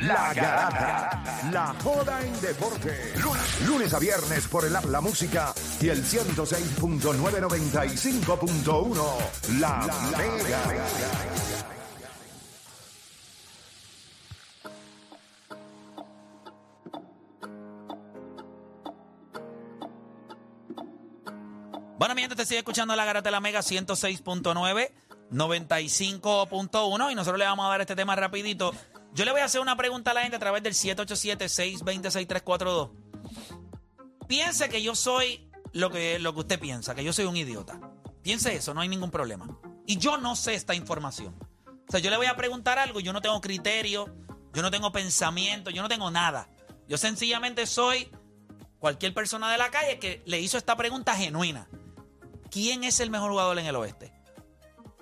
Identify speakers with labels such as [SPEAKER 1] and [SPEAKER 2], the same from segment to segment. [SPEAKER 1] La Garata. La joda en deporte. Lunes, lunes a viernes por el App La Música y el 106.995.1. La, Mega.
[SPEAKER 2] Bueno, mi gente, te sigue escuchando la Garata de la Mega 106.9, 95.1 y nosotros le vamos a dar este tema rapidito. Yo le voy a hacer una pregunta a la gente a través del 787-620-6342. Piense que yo soy lo que, lo que usted piensa, que yo soy un idiota. Piense eso, no hay ningún problema. Y yo no sé esta información. O sea, yo le voy a preguntar algo, y yo no tengo criterio, yo no tengo pensamiento, yo no tengo nada. Yo sencillamente soy cualquier persona de la calle que le hizo esta pregunta genuina. ¿Quién es el mejor jugador en el oeste?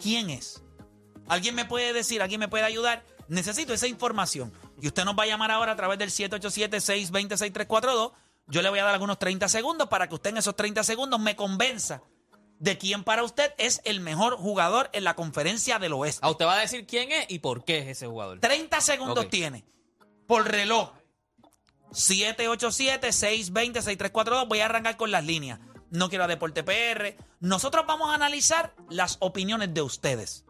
[SPEAKER 2] ¿Quién es? ¿Alguien me puede decir? ¿Alguien me puede ayudar? Necesito esa información. Y usted nos va a llamar ahora a través del 787-620-6342. Yo le voy a dar algunos 30 segundos para que usted en esos 30 segundos me convenza de quién para usted es el mejor jugador en la conferencia del oeste.
[SPEAKER 3] A usted va a decir quién es y por qué es ese jugador.
[SPEAKER 2] 30 segundos
[SPEAKER 3] Ok.
[SPEAKER 2] tiene por reloj. 787-620-6342. Voy a arrancar con las líneas. No quiero a Deporte PR. Nosotros vamos a analizar las opiniones de ustedes.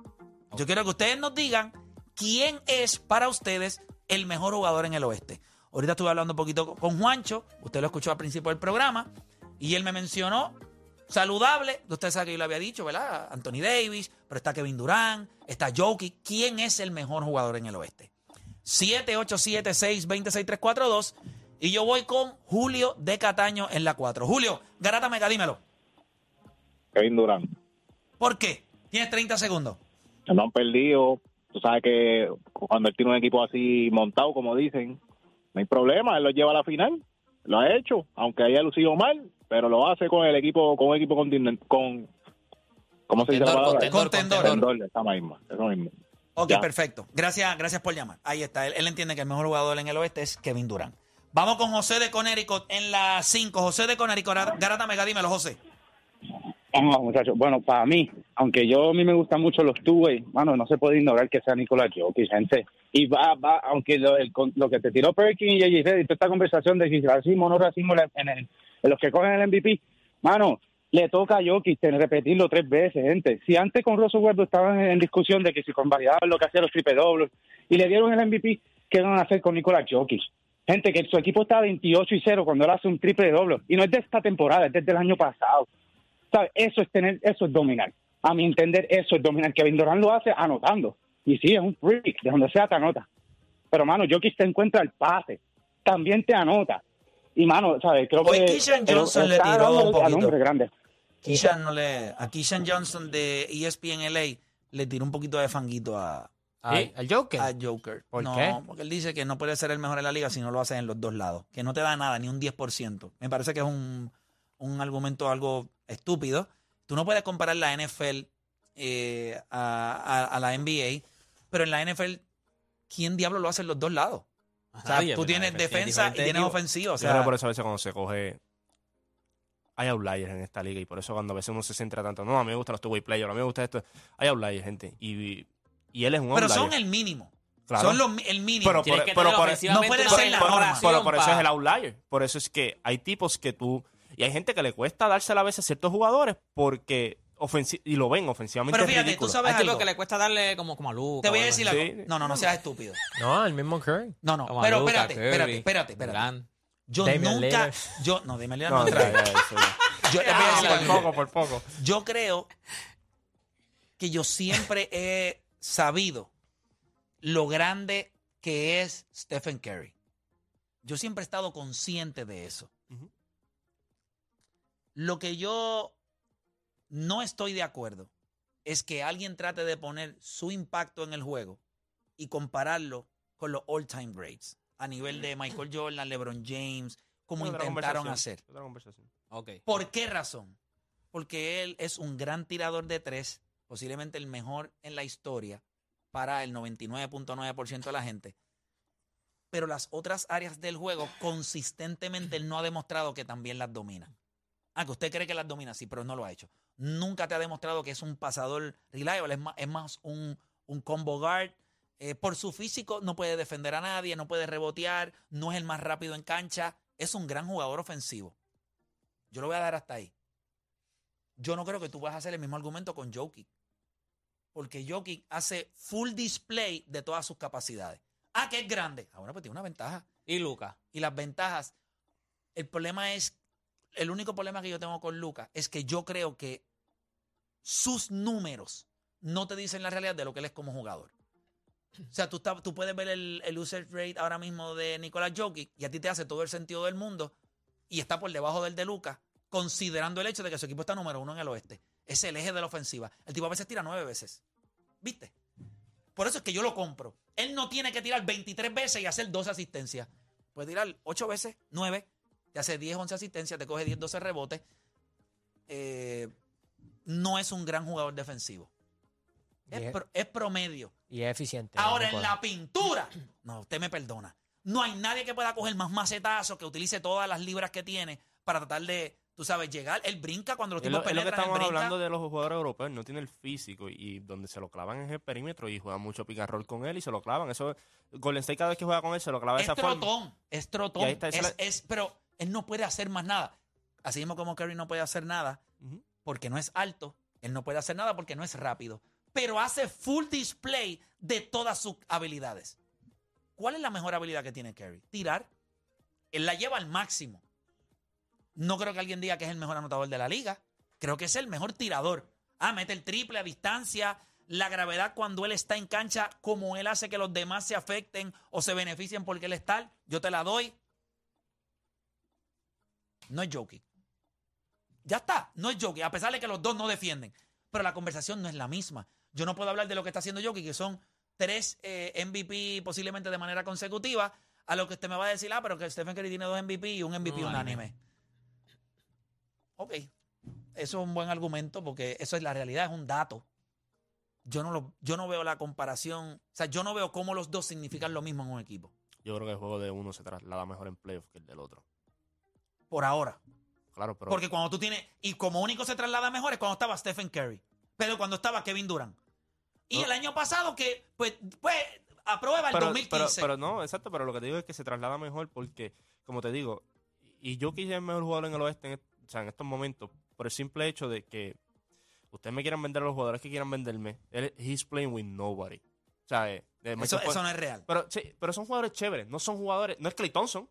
[SPEAKER 2] Yo quiero que ustedes nos digan quién es para ustedes el mejor jugador en el oeste. Ahorita estuve hablando un poquito con Juancho. Usted lo escuchó al principio del programa. Y él me mencionó saludable. Usted sabe que yo le había dicho, ¿verdad? Anthony Davis, pero está Kevin Durant, está Jokic. ¿Quién es el mejor jugador en el oeste? 787-620-6342. Y yo voy con Julio de Cataño en la 4. Julio, Garata Mega, dímelo.
[SPEAKER 4] Kevin Durant.
[SPEAKER 2] ¿Por qué? Tienes 30 segundos.
[SPEAKER 4] No han perdido. Tú sabes que cuando él tiene un equipo así montado, como dicen, no hay problema. Él lo lleva a la final. Lo ha hecho, aunque haya lucido mal, pero lo hace con el equipo, con un equipo continen- con. ¿Cómo se dice la palabra?
[SPEAKER 3] contendor,
[SPEAKER 2] Contendor.
[SPEAKER 3] contendor, contendor.
[SPEAKER 4] Contendor, esa misma, eso mismo.
[SPEAKER 2] Ok,
[SPEAKER 4] Ya.
[SPEAKER 2] perfecto. Gracias, gracias por llamar. Ahí está. Él, él entiende que el mejor jugador en el oeste es Kevin Durant. Vamos con José de Connecticut en la 5. José de Connecticut, Garata Mega, dímelo, José.
[SPEAKER 5] Vamos, muchachos. Bueno, para mí, aunque yo a mí me gustan mucho los two-way, mano, no se puede ignorar que sea Nicolás Jokic, gente. Y va, va, aunque lo, el con- lo que te tiró Perkins y AJ Reddick, toda esta conversación de si racismo o no racismo la- en, el- en los que cogen el MVP, mano, le toca a Jokic ten- repetirlo tres veces, gente. Si antes con Rosso Huerto estaban en, en discusión de que si con variaban lo que hacían los triple dobles y le dieron el MVP, ¿qué van a hacer con Nicolás Jokic? Gente, que su equipo está 28 y 0 cuando él hace un triple doble. Y no es de esta temporada, es desde el año pasado. ¿Sabe? Eso es tener, eso es dominar. A mi entender, eso es dominar. Kevin Durant lo hace anotando. Y sí, es un freak, de donde sea te anota. Pero, mano, Jokic te encuentra el pase. También te anota. Y, mano, ¿sabes? Creo
[SPEAKER 2] Hoy
[SPEAKER 5] que...
[SPEAKER 2] Pues Keyshawn
[SPEAKER 5] pero
[SPEAKER 2] Johnson le
[SPEAKER 5] está
[SPEAKER 2] tiró
[SPEAKER 5] dándole
[SPEAKER 2] un poquito.
[SPEAKER 5] al hombre grande.
[SPEAKER 2] Keyshawn no le, a Keyshawn Johnson de E ESPN LA le tiró un poquito de fanguito a,
[SPEAKER 3] Ay, ¿El Joker?
[SPEAKER 2] a Joker.
[SPEAKER 3] ¿Por
[SPEAKER 2] no,
[SPEAKER 3] qué?
[SPEAKER 2] porque él dice que no puede ser el mejor en la liga si no lo haces en los dos lados. Que no te da nada, ni un 10%. Me parece que es un, un argumento algo estúpido. Tú no puedes comparar la NFL eh, a, a- a la NBA, pero en la NFL, ¿quién diablo lo hace en los dos lados? O sea,
[SPEAKER 3] Nadie, pues,
[SPEAKER 2] tú
[SPEAKER 3] ¿verdad?
[SPEAKER 2] tienes
[SPEAKER 3] Tiene
[SPEAKER 2] defensa y
[SPEAKER 3] diferentes
[SPEAKER 2] tienes
[SPEAKER 3] equipos.
[SPEAKER 2] ofensiva. O
[SPEAKER 6] Yo creo
[SPEAKER 2] sea,
[SPEAKER 6] que por eso a veces cuando se coge hay outliers en esta liga y por eso cuando a veces uno se centra tanto, no, a mí me gustan los two-way players, a mí me gusta esto, hay outliers, gente. Y, y él es un
[SPEAKER 2] pero
[SPEAKER 6] outlier.
[SPEAKER 2] son el mínimo.
[SPEAKER 6] Claro.
[SPEAKER 2] Son los, mi- el mínimo.
[SPEAKER 6] Pero
[SPEAKER 3] Tienes
[SPEAKER 6] por-
[SPEAKER 3] que
[SPEAKER 6] pero
[SPEAKER 3] tener
[SPEAKER 6] por-
[SPEAKER 3] ofensivamente
[SPEAKER 2] no puede
[SPEAKER 3] una
[SPEAKER 2] ser la
[SPEAKER 6] Pero-
[SPEAKER 3] buena
[SPEAKER 2] norma.
[SPEAKER 6] pero- pero por eso es
[SPEAKER 3] pa-
[SPEAKER 6] el outlier. Por eso es que hay tipos que tú. Y hay gente que le cuesta dársela a veces a ciertos jugadores porque. ofensi- y lo ven ofensivamente.
[SPEAKER 2] Pero fíjate,
[SPEAKER 6] ridículo.
[SPEAKER 2] tú sabes
[SPEAKER 3] Hay tipos
[SPEAKER 2] algo.
[SPEAKER 3] que le cuesta darle como, como a Luca.
[SPEAKER 2] Te voy a
[SPEAKER 3] o algo
[SPEAKER 2] decir
[SPEAKER 3] así.
[SPEAKER 2] algo.
[SPEAKER 6] Sí.
[SPEAKER 2] No, no, no seas estúpido.
[SPEAKER 7] No, el mismo Curry.
[SPEAKER 2] No, no.
[SPEAKER 3] Como a
[SPEAKER 2] Pero
[SPEAKER 3] Luka,
[SPEAKER 2] espérate,
[SPEAKER 3] Curry,
[SPEAKER 2] espérate, espérate, espérate.
[SPEAKER 3] Durant.
[SPEAKER 2] Yo
[SPEAKER 7] Damian
[SPEAKER 2] nunca.
[SPEAKER 7] Lillard.
[SPEAKER 2] Yo, no, Damian Lillard no,
[SPEAKER 6] No, no,
[SPEAKER 2] entra.
[SPEAKER 6] ya, ya, eso ya.
[SPEAKER 2] Yo, te voy a decir
[SPEAKER 3] Ah,
[SPEAKER 2] algo.
[SPEAKER 6] por poco, por poco.
[SPEAKER 2] Yo creo que yo siempre he sabido lo grande que es Stephen Curry. Yo siempre he estado consciente de eso.
[SPEAKER 6] Ujú.
[SPEAKER 2] Lo que yo no estoy de acuerdo es que alguien trate de poner su impacto en el juego y compararlo con los all-time greats a nivel de Michael Jordan, LeBron James, como
[SPEAKER 6] Otra
[SPEAKER 2] intentaron
[SPEAKER 6] conversación,
[SPEAKER 2] hacer.
[SPEAKER 6] otra conversación.
[SPEAKER 3] Ok.
[SPEAKER 2] ¿Por qué razón? Porque él es un gran tirador de tres, posiblemente el mejor en la historia para el 99.9% de la gente. Pero las otras áreas del juego consistentemente él no ha demostrado que también las domina. Ah, que usted cree que las domina, sí, pero no lo ha hecho. Nunca te ha demostrado que es un pasador reliable, es más, es más un, un combo guard Eh, por su físico no puede defender a nadie, no puede rebotear, no es el más rápido en cancha. Es un gran jugador ofensivo. Yo lo voy a dar hasta ahí. Yo no creo que tú vas a hacer el mismo argumento con Jokic. Porque Jokic hace full display de todas sus capacidades. Ah, que es grande. Ah, bueno, pues tiene una ventaja
[SPEAKER 3] Y Lucas.
[SPEAKER 2] y las ventajas. El problema es, el único problema que yo tengo con Lucas es que yo creo que sus números no te dicen la realidad de lo que él es como jugador. O sea, tú, estás- tú puedes ver el, el usage rate ahora mismo de Nicolás Jokic y a ti te hace todo el sentido del mundo y está por debajo del de Lucas, considerando el hecho de que su equipo está número uno en el oeste. Es el eje de la ofensiva. El tipo a veces tira nueve veces. ¿Viste? Por eso es que yo lo compro. Él no tiene que tirar 23 veces y hacer dos asistencias. Puede tirar 8 veces, 9, te hace 10, 11 asistencias, te coge 10, 12 rebotes. Eh, no es un gran jugador defensivo. Es,
[SPEAKER 7] Bien.
[SPEAKER 2] pro- es promedio.
[SPEAKER 7] Y es eficiente.
[SPEAKER 2] Ahora,
[SPEAKER 7] no
[SPEAKER 2] en la pintura, no, usted me perdona. No hay nadie que pueda coger más macetazos, que utilice todas las libras que tiene para tratar de, tú sabes, llegar. Él brinca cuando los
[SPEAKER 6] Es
[SPEAKER 2] tipos
[SPEAKER 6] lo, es lo que
[SPEAKER 2] penetran, él
[SPEAKER 6] estamos
[SPEAKER 2] brinca.
[SPEAKER 6] hablando de los jugadores europeos, no tiene el físico y, y donde se lo clavan es el perímetro y juegan mucho pick and roll con él y se lo clavan. Eso Golden State cada vez que juega con él se lo clava de
[SPEAKER 2] Es
[SPEAKER 6] esa forma.
[SPEAKER 2] trotón, es trotón.
[SPEAKER 6] Y ahí está, esa
[SPEAKER 2] es,
[SPEAKER 6] la-
[SPEAKER 2] es- pero él no puede hacer más nada. Así mismo como Curry no puede hacer nada
[SPEAKER 6] Ujú.
[SPEAKER 2] porque no es alto, él no puede hacer nada porque no es rápido. Pero hace full display de todas sus habilidades. ¿Cuál es la mejor habilidad que tiene Curry? Tirar. Él la lleva al máximo. No creo que alguien diga que es el mejor anotador de la liga. Creo que es el mejor tirador. Ah, mete el triple a distancia. La gravedad cuando él está en cancha, como él hace que los demás se afecten o se beneficien porque él está, yo te la doy. No es joking. Ya está, no es joking, a pesar de que los dos no defienden. Pero la conversación no es la misma. Yo no puedo hablar de lo que está haciendo Jokic, que son tres eh, MVP posiblemente de manera consecutiva, a lo que usted me va a decir, ah, pero que Stephen Curry tiene dos MVP y un MVP
[SPEAKER 3] Unánime.
[SPEAKER 2] unánime. Ok, eso es un buen argumento porque eso es la realidad, es un dato. Yo no, lo, yo no veo la comparación, o sea, yo no veo cómo los dos significan lo mismo en un equipo,
[SPEAKER 6] Yo creo que el juego de uno se traslada mejor en playoff que el del otro.
[SPEAKER 2] por ahora.
[SPEAKER 6] Claro, pero
[SPEAKER 2] Porque cuando tú tienes. Y como único se traslada mejor es cuando estaba Stephen Curry. Pero cuando estaba Kevin Durant. Y
[SPEAKER 6] No.
[SPEAKER 2] el año pasado que, pues, pues aprueba el
[SPEAKER 6] pero,
[SPEAKER 2] 2015.
[SPEAKER 6] pero- pero no, exacto, pero lo que te digo es que se traslada mejor porque, como te digo, y yo quise el mejor jugador en el oeste en, est- o sea, en estos momentos, por el simple hecho de que ustedes me quieran vender a los jugadores que quieran venderme, él, he's playing with nobody. O sea, eh, de
[SPEAKER 2] eso,
[SPEAKER 6] Michael
[SPEAKER 2] eso
[SPEAKER 6] Porter-
[SPEAKER 2] no es real.
[SPEAKER 6] pero, sí, pero son jugadores chéveres, no son jugadores, no es Clay Thompson.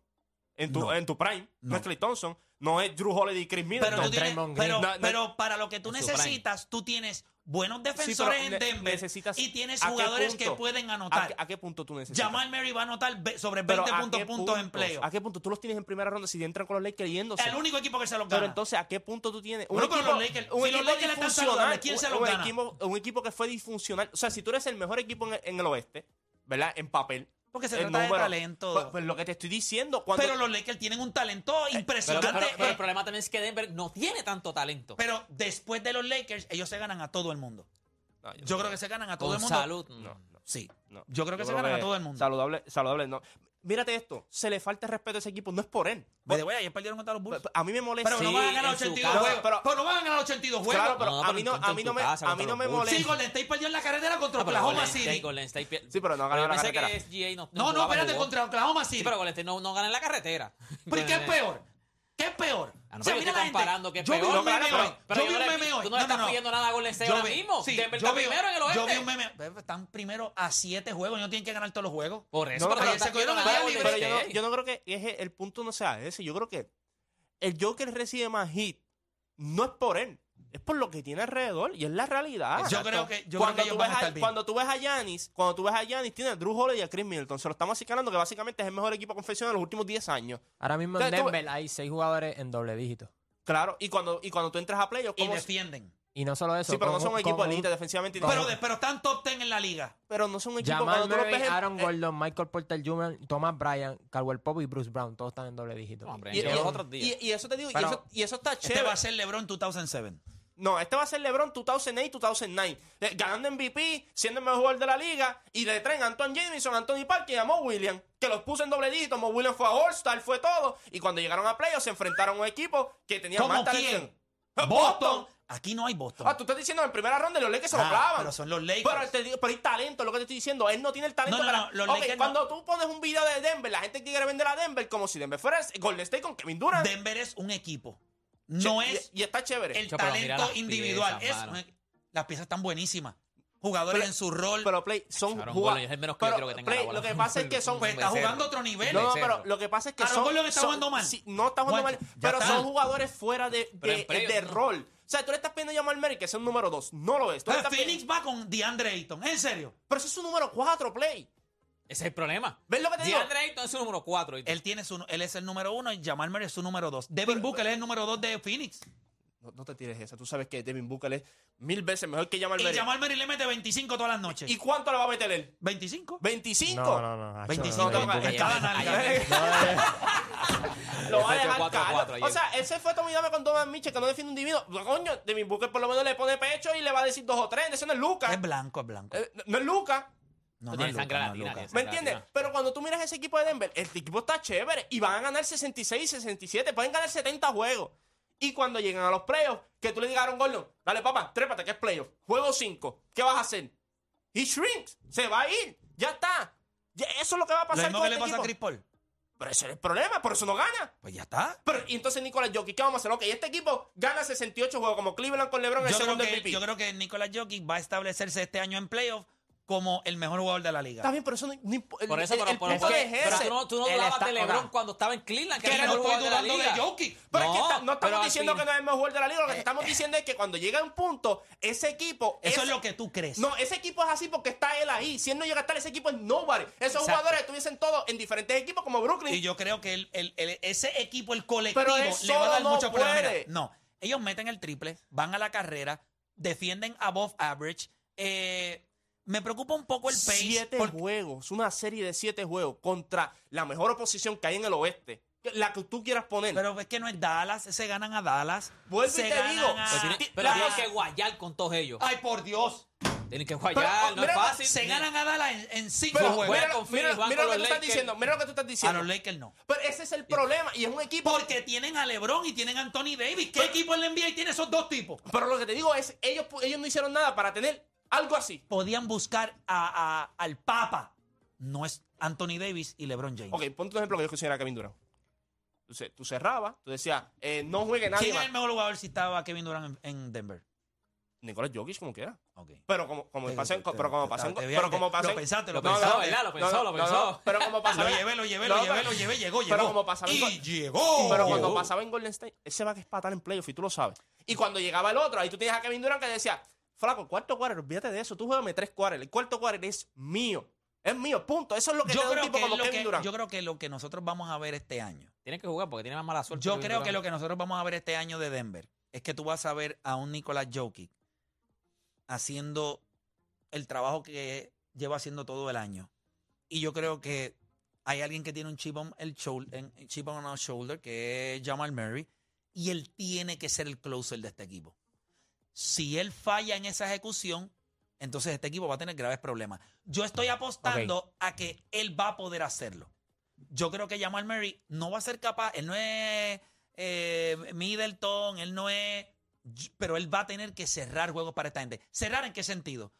[SPEAKER 6] En tu,
[SPEAKER 2] No.
[SPEAKER 6] en tu prime, no.
[SPEAKER 2] No.
[SPEAKER 6] es Clay Thompson, no es Drew Holiday y Chris
[SPEAKER 2] Pero,
[SPEAKER 6] Middleton.
[SPEAKER 2] tú tienes-
[SPEAKER 7] Draymond Green.
[SPEAKER 2] pero,
[SPEAKER 6] No, no.
[SPEAKER 2] pero para lo que tú
[SPEAKER 3] En su prime.
[SPEAKER 2] necesitas, tú tienes buenos
[SPEAKER 6] Sí,
[SPEAKER 2] defensores
[SPEAKER 6] pero
[SPEAKER 2] en
[SPEAKER 6] ne-
[SPEAKER 2] Denver
[SPEAKER 6] necesitas-
[SPEAKER 2] y tienes
[SPEAKER 6] ¿a qué
[SPEAKER 2] jugadores que
[SPEAKER 6] punto?
[SPEAKER 2] pueden
[SPEAKER 6] ¿A,
[SPEAKER 2] anotar.
[SPEAKER 6] qué- a qué punto tú necesitas?
[SPEAKER 2] Jamal Murray va a anotar ve- sobre
[SPEAKER 6] Pero
[SPEAKER 2] 20
[SPEAKER 6] ¿a
[SPEAKER 2] puntos,
[SPEAKER 6] qué
[SPEAKER 2] puntos en
[SPEAKER 6] puntos?
[SPEAKER 2] playoff.
[SPEAKER 6] ¿A qué punto tú los tienes en primera ronda si entran con los Lakers yéndose?
[SPEAKER 2] El único equipo que se los gana.
[SPEAKER 6] Pero entonces, ¿a qué punto tú tienes?
[SPEAKER 2] Bueno, pero los Lakers- si los Lakers están
[SPEAKER 6] disfuncional,
[SPEAKER 2] saludables, ¿quién se los
[SPEAKER 6] un
[SPEAKER 2] gana?
[SPEAKER 6] Equipo, un equipo que fue disfuncional. O sea, si tú eres el mejor equipo en el, en el oeste, ¿verdad? En papel.
[SPEAKER 2] porque se
[SPEAKER 6] el
[SPEAKER 2] trata de
[SPEAKER 6] número-
[SPEAKER 2] talento.
[SPEAKER 6] Pues, pues lo que te estoy diciendo, cuando. Eh,
[SPEAKER 2] pero los Lakers tienen un talento
[SPEAKER 3] Pero,
[SPEAKER 2] impresionante.
[SPEAKER 3] pero- pero
[SPEAKER 2] Eh,
[SPEAKER 3] el problema también es que Denver no tiene tanto talento.
[SPEAKER 2] Pero después de los Lakers, ellos se ganan a todo el mundo.
[SPEAKER 6] No,
[SPEAKER 2] Yo creo que se ganan a todo
[SPEAKER 3] con
[SPEAKER 2] el mundo.
[SPEAKER 3] salud.
[SPEAKER 6] No, no.
[SPEAKER 2] Sí.
[SPEAKER 6] No.
[SPEAKER 2] Yo creo que se ganan a todo el mundo.
[SPEAKER 6] Saludable, saludable. No. Mírate esto. Se le falta el respeto a ese equipo. No es por él.
[SPEAKER 2] By the way, ayer perdieron contra los Bulls.
[SPEAKER 6] A mí me molesta.
[SPEAKER 2] Pero no
[SPEAKER 3] sí,
[SPEAKER 2] van a ganar
[SPEAKER 3] en su
[SPEAKER 2] 82
[SPEAKER 3] casa.
[SPEAKER 2] juegos.
[SPEAKER 6] Pero-
[SPEAKER 2] Pero, no van a ganar 82 juegos.
[SPEAKER 6] claro, pero
[SPEAKER 3] No,
[SPEAKER 6] a
[SPEAKER 3] pero
[SPEAKER 6] mí no,
[SPEAKER 3] entonces
[SPEAKER 6] a mí
[SPEAKER 3] en
[SPEAKER 6] no
[SPEAKER 3] tu
[SPEAKER 6] me,
[SPEAKER 3] casa
[SPEAKER 6] a
[SPEAKER 3] contra
[SPEAKER 6] mí no
[SPEAKER 3] los
[SPEAKER 6] me
[SPEAKER 2] sí,
[SPEAKER 3] Bulls.
[SPEAKER 6] molesta.
[SPEAKER 2] Golden State perdió en la carretera contra
[SPEAKER 3] Ah, pero
[SPEAKER 2] Oklahoma
[SPEAKER 3] Golden State-
[SPEAKER 2] City.
[SPEAKER 3] Golden State pier-
[SPEAKER 6] Sí, pero no
[SPEAKER 3] Pero
[SPEAKER 6] ganó
[SPEAKER 3] yo
[SPEAKER 6] la
[SPEAKER 3] pensé
[SPEAKER 6] carretera.
[SPEAKER 3] que SGA no
[SPEAKER 2] No, no,
[SPEAKER 3] jugaba,
[SPEAKER 2] espérate,
[SPEAKER 3] jugó.
[SPEAKER 2] contra Oklahoma
[SPEAKER 3] Sí,
[SPEAKER 2] City.
[SPEAKER 3] pero Golden State no, no gana en la carretera.
[SPEAKER 2] ¿Por qué es peor? ¿Qué es peor?
[SPEAKER 3] Ah, no, pero yo estoy
[SPEAKER 2] gente-
[SPEAKER 3] comparando que es
[SPEAKER 2] yo vi
[SPEAKER 3] peor.
[SPEAKER 2] un meme
[SPEAKER 3] Pero-
[SPEAKER 2] hoy.
[SPEAKER 3] pero
[SPEAKER 2] yo vi
[SPEAKER 3] yo
[SPEAKER 2] un
[SPEAKER 3] le-
[SPEAKER 2] meme hoy.
[SPEAKER 3] tú no le estás pidiendo nada a Golden State ahora
[SPEAKER 2] vi-
[SPEAKER 3] mismo.
[SPEAKER 2] sí,
[SPEAKER 3] Denver
[SPEAKER 2] yo
[SPEAKER 3] está
[SPEAKER 2] vi-
[SPEAKER 3] primero en el
[SPEAKER 2] Yo vi
[SPEAKER 3] oeste.
[SPEAKER 2] un meme. Están primero a 7 juegos. No tienen que ganar todos los juegos.
[SPEAKER 3] Por eso,
[SPEAKER 6] No,
[SPEAKER 3] pero,
[SPEAKER 2] pero
[SPEAKER 3] yo
[SPEAKER 2] se
[SPEAKER 3] quiero
[SPEAKER 2] quedaron
[SPEAKER 3] ganar a
[SPEAKER 2] allá
[SPEAKER 3] Golden
[SPEAKER 6] Pero
[SPEAKER 2] libre.
[SPEAKER 6] yo
[SPEAKER 3] State.
[SPEAKER 6] no, yo no creo que es- el punto no sea ese. Yo creo que el Joker recibe más hit no es por él, es por lo que tiene alrededor y es la realidad.
[SPEAKER 2] Yo creo que- yo creo
[SPEAKER 6] cuando,
[SPEAKER 2] que ellos
[SPEAKER 6] tú
[SPEAKER 2] van
[SPEAKER 6] ves
[SPEAKER 2] a estar bien.
[SPEAKER 6] cuando tú ves a Giannis, cuando tú ves a Giannis, tiene a Drew Holiday y a Chris Middleton. Se lo estamos acicalando que básicamente es el mejor equipo confesional de los últimos 10 años.
[SPEAKER 7] Ahora mismo
[SPEAKER 6] O
[SPEAKER 7] en
[SPEAKER 6] sea, tú-
[SPEAKER 7] Denver hay seis jugadores en doble dígito.
[SPEAKER 6] Claro, y cuando, y cuando tú entras a playoffs,
[SPEAKER 2] Y
[SPEAKER 6] ¿cómo-
[SPEAKER 2] defienden.
[SPEAKER 7] Y no solo eso.
[SPEAKER 6] Sí, pero no
[SPEAKER 7] con
[SPEAKER 6] son
[SPEAKER 7] un-
[SPEAKER 6] un equipo
[SPEAKER 7] con un-
[SPEAKER 6] elite defensivamente. y
[SPEAKER 7] con-
[SPEAKER 2] Pero,
[SPEAKER 6] defensa-
[SPEAKER 2] de- pero están top 10 en la liga.
[SPEAKER 6] pero no son un equipo
[SPEAKER 7] Jamal
[SPEAKER 6] cuando tú los
[SPEAKER 7] Murray,
[SPEAKER 6] ves en-
[SPEAKER 7] Aaron
[SPEAKER 6] eh,
[SPEAKER 7] Gordon, Michael Porter Jr., Thomas Bryant, Caldwell Pope y Bruce Brown. Todos están en doble dígito.
[SPEAKER 3] No, hombre,
[SPEAKER 6] y,
[SPEAKER 3] en los
[SPEAKER 6] y-
[SPEAKER 3] otros días.
[SPEAKER 6] y- y eso te digo, y
[SPEAKER 7] Pero-
[SPEAKER 6] eso, y eso está
[SPEAKER 2] Este
[SPEAKER 6] chévere.
[SPEAKER 2] va a ser LeBron 2007.
[SPEAKER 6] No, este va a ser LeBron 2008-2009. Eh, Ganando MVP, siendo el mejor jugador de la liga. Y le traen a Anton Jameson, Anthony Parker y a Mo Williams. Que los puso en doble dígito. Mo Williams fue a All-Star, fue todo. Y cuando llegaron a playoffs, se enfrentaron a un equipo que tenía
[SPEAKER 2] ¿Cómo
[SPEAKER 6] más
[SPEAKER 2] quién?
[SPEAKER 6] talento.
[SPEAKER 2] Boston, Aquí no hay Boston.
[SPEAKER 6] Ah, tú estás diciendo en primera ronda los Lakers se lo
[SPEAKER 2] Ah,
[SPEAKER 6] clavan.
[SPEAKER 2] pero son los Lakers.
[SPEAKER 6] Pero, te digo- pero hay talento, es lo que te estoy diciendo. Él no tiene el talento
[SPEAKER 2] No, no,
[SPEAKER 6] para.
[SPEAKER 2] no, los
[SPEAKER 6] Ok,
[SPEAKER 2] Lakers no.
[SPEAKER 6] cuando tú pones un video de Denver, la gente quiere vender a Denver como si Denver fuera el Golden State con Kevin Durant.
[SPEAKER 2] Denver es un equipo. No
[SPEAKER 6] Che,
[SPEAKER 2] es
[SPEAKER 6] Y, y está chévere.
[SPEAKER 2] el
[SPEAKER 3] Chacho, pero mira
[SPEAKER 2] talento
[SPEAKER 3] las
[SPEAKER 2] individual.
[SPEAKER 3] piezas,
[SPEAKER 2] es
[SPEAKER 3] mano.
[SPEAKER 2] un equi- las piezas están buenísimas. Jugadores
[SPEAKER 6] Pero-
[SPEAKER 2] en su rol.
[SPEAKER 6] Pero Play, son
[SPEAKER 3] Aaron Gordon
[SPEAKER 6] jugadores.
[SPEAKER 3] es el menos que yo creo que tenga la bola.
[SPEAKER 6] Lo que pasa es que son.
[SPEAKER 2] pues está jugando a otro nivel.
[SPEAKER 6] No, no,
[SPEAKER 3] Becerro.
[SPEAKER 6] pero lo que pasa es que
[SPEAKER 2] Aaron
[SPEAKER 6] son,
[SPEAKER 2] Gordon está
[SPEAKER 6] son-
[SPEAKER 2] jugando mal.
[SPEAKER 6] sí, no está jugando
[SPEAKER 2] Bueno,
[SPEAKER 6] mal,
[SPEAKER 2] ya
[SPEAKER 6] pero
[SPEAKER 2] está.
[SPEAKER 6] son jugadores fuera de,
[SPEAKER 3] Pero
[SPEAKER 6] de-
[SPEAKER 3] en playoffs,
[SPEAKER 6] de
[SPEAKER 3] ¿no?
[SPEAKER 6] rol. O sea, tú le estás pidiendo a Jamal Murray que sea un número 2. No lo es. Tú le
[SPEAKER 2] Ah,
[SPEAKER 6] estás pidiendo-
[SPEAKER 2] Phoenix va con DeAndre Ayton. En serio.
[SPEAKER 6] pero eso es su número 4, Play.
[SPEAKER 3] Ese es el problema.
[SPEAKER 6] ¿Ves lo que te digo?
[SPEAKER 3] DeAndre Ayton es su número 4.
[SPEAKER 2] Él, tiene su, él es el número uno y Jamal Murray es su número dos. Devin Booker es el número dos de Phoenix.
[SPEAKER 6] No, no te tires esa. Tú sabes que Devin Booker es mil veces mejor que Jamal
[SPEAKER 2] Y
[SPEAKER 6] Murray.
[SPEAKER 2] Jamal Murray le mete 25 todas las noches.
[SPEAKER 6] ¿Y cuánto le va a meter él?
[SPEAKER 2] ¿25?
[SPEAKER 6] ¿25?
[SPEAKER 7] No, no, no. hacho,
[SPEAKER 2] 25
[SPEAKER 7] no,
[SPEAKER 6] no,
[SPEAKER 2] en
[SPEAKER 6] no,
[SPEAKER 2] cada
[SPEAKER 3] no,
[SPEAKER 2] nalga.
[SPEAKER 6] Lo va a
[SPEAKER 3] Ese fue
[SPEAKER 6] dejar
[SPEAKER 3] 4-4
[SPEAKER 6] caer.
[SPEAKER 3] ayer.
[SPEAKER 6] O sea, ese fue Tommy Dame con Donovan Mitchell, que no defiende un divino. Coño, Devin Booker por lo menos le pone pecho y le va a decir dos o tres. Eso no es Lucas.
[SPEAKER 2] Es blanco, es blanco.
[SPEAKER 6] no es Lucas.
[SPEAKER 2] No,
[SPEAKER 3] No
[SPEAKER 2] no,
[SPEAKER 3] tiene
[SPEAKER 2] es
[SPEAKER 3] sangre
[SPEAKER 2] Luka, no, es
[SPEAKER 3] latina,
[SPEAKER 2] Luka.
[SPEAKER 3] tiene
[SPEAKER 6] ¿Me
[SPEAKER 3] Gracias.
[SPEAKER 6] entiendes? Pero cuando tú miras ese equipo de Denver, el equipo está chévere y van a ganar 66, 67, pueden ganar 70 juegos. Y cuando llegan a los playoffs, que tú le digas a Aaron Gordon, dale papá, trépate que es playoff, juego 5, ¿qué vas a hacer? Y shrinks, se va a ir, ya está. Ya- eso es lo que va a
[SPEAKER 2] Lo
[SPEAKER 6] pasar
[SPEAKER 2] mismo
[SPEAKER 6] con
[SPEAKER 2] que
[SPEAKER 6] este
[SPEAKER 2] le pasa a
[SPEAKER 6] equipo.
[SPEAKER 2] Chris Paul.
[SPEAKER 6] Pero ese es el problema, por eso no gana.
[SPEAKER 2] Pues ya está.
[SPEAKER 6] Pero, y entonces Nicolás Jokic, ¿qué vamos a hacer? Ok, este equipo gana 68 juegos como Cleveland con LeBron en el
[SPEAKER 2] Yo creo,
[SPEAKER 6] segundo
[SPEAKER 2] que,
[SPEAKER 6] MVP.
[SPEAKER 2] yo creo que Nicolás Jokic va a establecerse este año en playoff como el mejor jugador de la
[SPEAKER 6] Está
[SPEAKER 2] liga.
[SPEAKER 6] bien, pero eso no, no impo- el-
[SPEAKER 3] Por eso,
[SPEAKER 6] el-
[SPEAKER 3] pero,
[SPEAKER 6] el
[SPEAKER 3] pero-
[SPEAKER 6] punto
[SPEAKER 3] pero-
[SPEAKER 6] es ese.
[SPEAKER 3] pero tú no, tú no
[SPEAKER 7] Él
[SPEAKER 3] dudabas
[SPEAKER 7] está-
[SPEAKER 3] de LeBron
[SPEAKER 7] ahora.
[SPEAKER 3] cuando estaba en Cleveland, que
[SPEAKER 2] Que
[SPEAKER 3] era el
[SPEAKER 2] no
[SPEAKER 3] mejor
[SPEAKER 2] estoy
[SPEAKER 3] jugador de la
[SPEAKER 2] dudando de
[SPEAKER 3] liga.
[SPEAKER 2] Jokic.
[SPEAKER 6] Pero es
[SPEAKER 3] No,
[SPEAKER 6] que está- no
[SPEAKER 3] pero
[SPEAKER 6] estamos
[SPEAKER 3] al
[SPEAKER 6] diciendo
[SPEAKER 3] fin-
[SPEAKER 6] que no es el mejor jugador de la liga. Lo que
[SPEAKER 2] Eh,
[SPEAKER 6] te estamos diciendo es que cuando llega un punto, ese equipo.
[SPEAKER 2] Eso es
[SPEAKER 6] ese-
[SPEAKER 2] lo que tú crees.
[SPEAKER 6] No, ese equipo es así porque está él ahí. Si él no llega a estar, ese equipo es nobody. Esos
[SPEAKER 3] Exacto.
[SPEAKER 6] jugadores estuviesen todos en diferentes equipos como Brooklyn.
[SPEAKER 2] Y yo creo que el- el- el- ese equipo, el colectivo,
[SPEAKER 6] Pero él
[SPEAKER 2] le va a dar
[SPEAKER 6] solo no
[SPEAKER 2] mucho problema.
[SPEAKER 6] puede.
[SPEAKER 2] Mira, No, ellos meten el triple, van a la carrera, defienden above average. Eh, me preocupa un poco el pace.
[SPEAKER 6] siete
[SPEAKER 2] porque-
[SPEAKER 6] juegos, una serie de siete juegos contra la mejor oposición que hay en el oeste. La que tú quieras poner.
[SPEAKER 2] pero es que no es Dallas, se ganan a Dallas.
[SPEAKER 6] Vuelvo y
[SPEAKER 2] se
[SPEAKER 6] te
[SPEAKER 2] ganan
[SPEAKER 6] digo,
[SPEAKER 2] a-
[SPEAKER 3] Pero, tiene-
[SPEAKER 6] ti-
[SPEAKER 3] pero
[SPEAKER 6] la
[SPEAKER 3] tienen
[SPEAKER 6] cosa-
[SPEAKER 3] que guayar con todos ellos.
[SPEAKER 2] Pues Ay, por Dios.
[SPEAKER 3] Tienen que
[SPEAKER 6] Pero,
[SPEAKER 3] guayar, no
[SPEAKER 6] mira,
[SPEAKER 3] es fácil.
[SPEAKER 2] Se ganan a Dallas en, en cinco
[SPEAKER 6] Pero
[SPEAKER 2] juegos.
[SPEAKER 6] mira,
[SPEAKER 3] Juegan con
[SPEAKER 6] mira-
[SPEAKER 3] Phoenix, van
[SPEAKER 6] mira
[SPEAKER 3] con
[SPEAKER 6] lo que
[SPEAKER 3] los
[SPEAKER 6] tú estás
[SPEAKER 3] Lakers. Ah,
[SPEAKER 6] diciendo. Mira lo que tú estás
[SPEAKER 2] a
[SPEAKER 6] diciendo.
[SPEAKER 2] los Lakers no.
[SPEAKER 6] Pero ese es el problema. Y es un equipo.
[SPEAKER 2] Porque tienen a LeBron y tienen a Anthony Davis. ¿Qué
[SPEAKER 6] Pero-
[SPEAKER 2] equipo en la NBA tiene esos dos tipos?
[SPEAKER 6] Pero lo que te digo es, ellos, pu- ellos no hicieron nada para tener algo así.
[SPEAKER 2] Podían buscar a- a- al Papa. No es Anthony Davis y LeBron James.
[SPEAKER 6] Ok, ponte un ejemplo que yo quisiera Kevin Durant. Tú, ce- tú cerrabas, tú decías, eh, no juegue nadie
[SPEAKER 2] ¿Quién
[SPEAKER 6] más.
[SPEAKER 2] es el mejor jugador si estaba Kevin Durant en, en Denver?
[SPEAKER 6] Nicolás Jokic, como quiera.
[SPEAKER 2] Ok.
[SPEAKER 6] Pero como, como
[SPEAKER 2] Te-
[SPEAKER 6] pasa en...
[SPEAKER 2] te-
[SPEAKER 6] Pero como
[SPEAKER 2] te-
[SPEAKER 6] pasa en...
[SPEAKER 2] te- te-
[SPEAKER 6] Pero como
[SPEAKER 2] lo
[SPEAKER 6] pasa en-
[SPEAKER 2] pensaste, lo
[SPEAKER 6] No, no,
[SPEAKER 2] pensaste.
[SPEAKER 6] no,
[SPEAKER 3] ¿verdad? Lo pensó, lo pensó.
[SPEAKER 6] pero como pasa
[SPEAKER 2] Lo
[SPEAKER 6] en-
[SPEAKER 2] llevé, lo llevé,
[SPEAKER 6] No,
[SPEAKER 2] lo llevé,
[SPEAKER 6] pero-
[SPEAKER 2] lo llevé, llegó, llegó.
[SPEAKER 6] pero como pasaba en
[SPEAKER 2] y
[SPEAKER 6] Gol-
[SPEAKER 2] llegó.
[SPEAKER 6] Pero cuando
[SPEAKER 2] Llegó.
[SPEAKER 6] pasaba en Golden State, ese va a espatar en playoff y tú lo sabes. Y cuando llegaba el otro, ahí tú tenías a Kevin Durant que decía, flaco, cuarto quarter, olvídate de eso, tú juégame tres quarter, el cuarto quarter es mío. Es mío, punto. Eso es lo que te
[SPEAKER 2] yo
[SPEAKER 6] da un
[SPEAKER 2] creo,
[SPEAKER 6] tipo
[SPEAKER 2] que es
[SPEAKER 6] como
[SPEAKER 2] lo
[SPEAKER 6] Kevin
[SPEAKER 2] que,
[SPEAKER 6] Durant.
[SPEAKER 2] yo creo que lo que nosotros vamos a ver este año,
[SPEAKER 3] Tienen que jugar porque tienen más mala suerte.
[SPEAKER 2] yo creo que lo que nosotros vamos a ver este año de Denver es que tú vas a ver a un Nicolás Jokic haciendo el trabajo que lleva haciendo todo el año. Y yo creo que hay alguien que tiene un chip on, el shoul- en- chip on our shoulder, que es Jamal Murray, y él tiene que ser el closer de este equipo. Si él falla en esa ejecución, entonces este equipo va a tener graves problemas. Yo estoy apostando a que él va a poder hacerlo. Yo creo que Jamal Murray no va a ser capaz, él no es eh, Middleton, él no es... Pero él va a tener que cerrar juegos para esta gente. ¿Cerrar en qué sentido?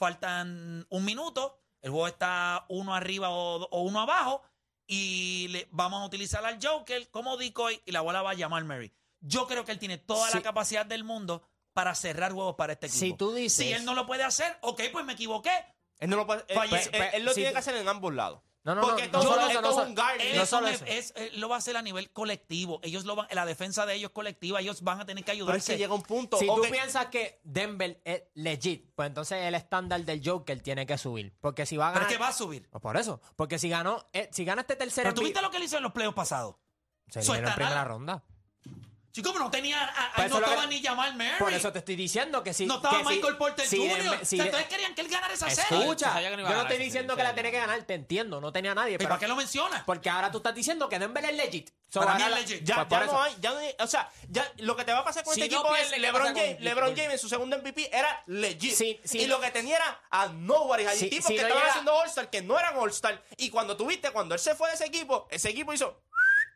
[SPEAKER 2] faltan un minuto, el juego está uno arriba o, o uno abajo, y le, vamos a utilizar al Joker como decoy y la bola va a llamar Mary. Yo creo que él tiene toda la
[SPEAKER 7] Sí.
[SPEAKER 2] capacidad del mundo para cerrar juegos para este equipo.
[SPEAKER 7] Si tú dices-
[SPEAKER 2] Si él no lo puede hacer, ok, pues me equivoqué.
[SPEAKER 6] Él, no lo, puede- él-
[SPEAKER 2] Falle-
[SPEAKER 6] él- él lo
[SPEAKER 7] sí,
[SPEAKER 6] tiene
[SPEAKER 7] tú-
[SPEAKER 6] que hacer en ambos lados.
[SPEAKER 7] No, no, no.
[SPEAKER 6] Porque
[SPEAKER 7] No
[SPEAKER 6] esto-
[SPEAKER 7] solo eso,
[SPEAKER 6] esto
[SPEAKER 7] no
[SPEAKER 6] es
[SPEAKER 7] solo-
[SPEAKER 6] un guard.
[SPEAKER 2] Él
[SPEAKER 7] No
[SPEAKER 2] es
[SPEAKER 7] solo
[SPEAKER 2] un-
[SPEAKER 7] eso.
[SPEAKER 2] es- él lo va a hacer a nivel colectivo. Ellos lo van, la defensa de ellos colectiva, ellos van a tener que
[SPEAKER 6] Pero es que
[SPEAKER 2] ayudarse.
[SPEAKER 6] llega un punto.
[SPEAKER 7] Si
[SPEAKER 6] ok,
[SPEAKER 7] tú piensas que Denver es legit, pues entonces el estándar del Joker tiene que subir. Porque si va a
[SPEAKER 2] Pero
[SPEAKER 7] ganar.
[SPEAKER 2] es que va a subir.
[SPEAKER 7] Pues por eso. Porque si ganó, eh, si gana este tercer
[SPEAKER 2] Pero tú
[SPEAKER 7] MVP,
[SPEAKER 2] viste lo que él hizo en los playoffs pasados.
[SPEAKER 7] se
[SPEAKER 2] Eso
[SPEAKER 7] eliminó en
[SPEAKER 2] está
[SPEAKER 7] primera
[SPEAKER 2] nada.
[SPEAKER 7] ronda.
[SPEAKER 2] Chicos, pero no tenía, a- a-
[SPEAKER 7] Pues
[SPEAKER 2] no
[SPEAKER 7] eso es lo que-
[SPEAKER 2] estaba ni llamar Mary.
[SPEAKER 7] Por eso te estoy diciendo que si.
[SPEAKER 2] no estaba
[SPEAKER 7] que si-
[SPEAKER 2] Michael Porter
[SPEAKER 7] si
[SPEAKER 2] Jr.
[SPEAKER 7] Denver-
[SPEAKER 2] O
[SPEAKER 7] si
[SPEAKER 2] sea,
[SPEAKER 7] de-
[SPEAKER 2] entonces querían que él ganara esa serie.
[SPEAKER 3] Yo
[SPEAKER 7] Escucha,
[SPEAKER 3] sabía que
[SPEAKER 7] yo
[SPEAKER 3] no
[SPEAKER 7] no
[SPEAKER 3] iba a ganar
[SPEAKER 7] estoy
[SPEAKER 3] esa serie,
[SPEAKER 7] diciendo que
[SPEAKER 3] esa
[SPEAKER 7] la
[SPEAKER 3] serie.
[SPEAKER 7] tiene que ganar, te entiendo, no tenía a nadie.
[SPEAKER 2] ¿Y
[SPEAKER 7] Pero
[SPEAKER 2] para qué lo menciona?
[SPEAKER 7] Porque ahora tú estás diciendo que Denver es legit. So,
[SPEAKER 2] Para
[SPEAKER 7] ahora
[SPEAKER 2] mí es
[SPEAKER 7] la-
[SPEAKER 2] legit.
[SPEAKER 6] Ya, ya
[SPEAKER 7] pues por eso.
[SPEAKER 6] no hay, ya no hay- o sea, ya lo que te va a pasar con
[SPEAKER 3] Si
[SPEAKER 6] este
[SPEAKER 3] no
[SPEAKER 6] equipo es
[SPEAKER 3] pierde, ¿qué
[SPEAKER 6] LeBron
[SPEAKER 3] pasa con
[SPEAKER 6] James, LeBron
[SPEAKER 3] Jordan?
[SPEAKER 6] James en su segundo MVP era legit.
[SPEAKER 7] Sí, sí.
[SPEAKER 6] y lo que tenía era a nobody, hay
[SPEAKER 7] Sí,
[SPEAKER 6] tipos
[SPEAKER 7] sí,
[SPEAKER 6] que
[SPEAKER 7] no
[SPEAKER 6] estaban
[SPEAKER 7] llega-
[SPEAKER 6] haciendo All-Star que no eran All-Star y cuando tuviste cuando él se fue de ese equipo, ese equipo hizo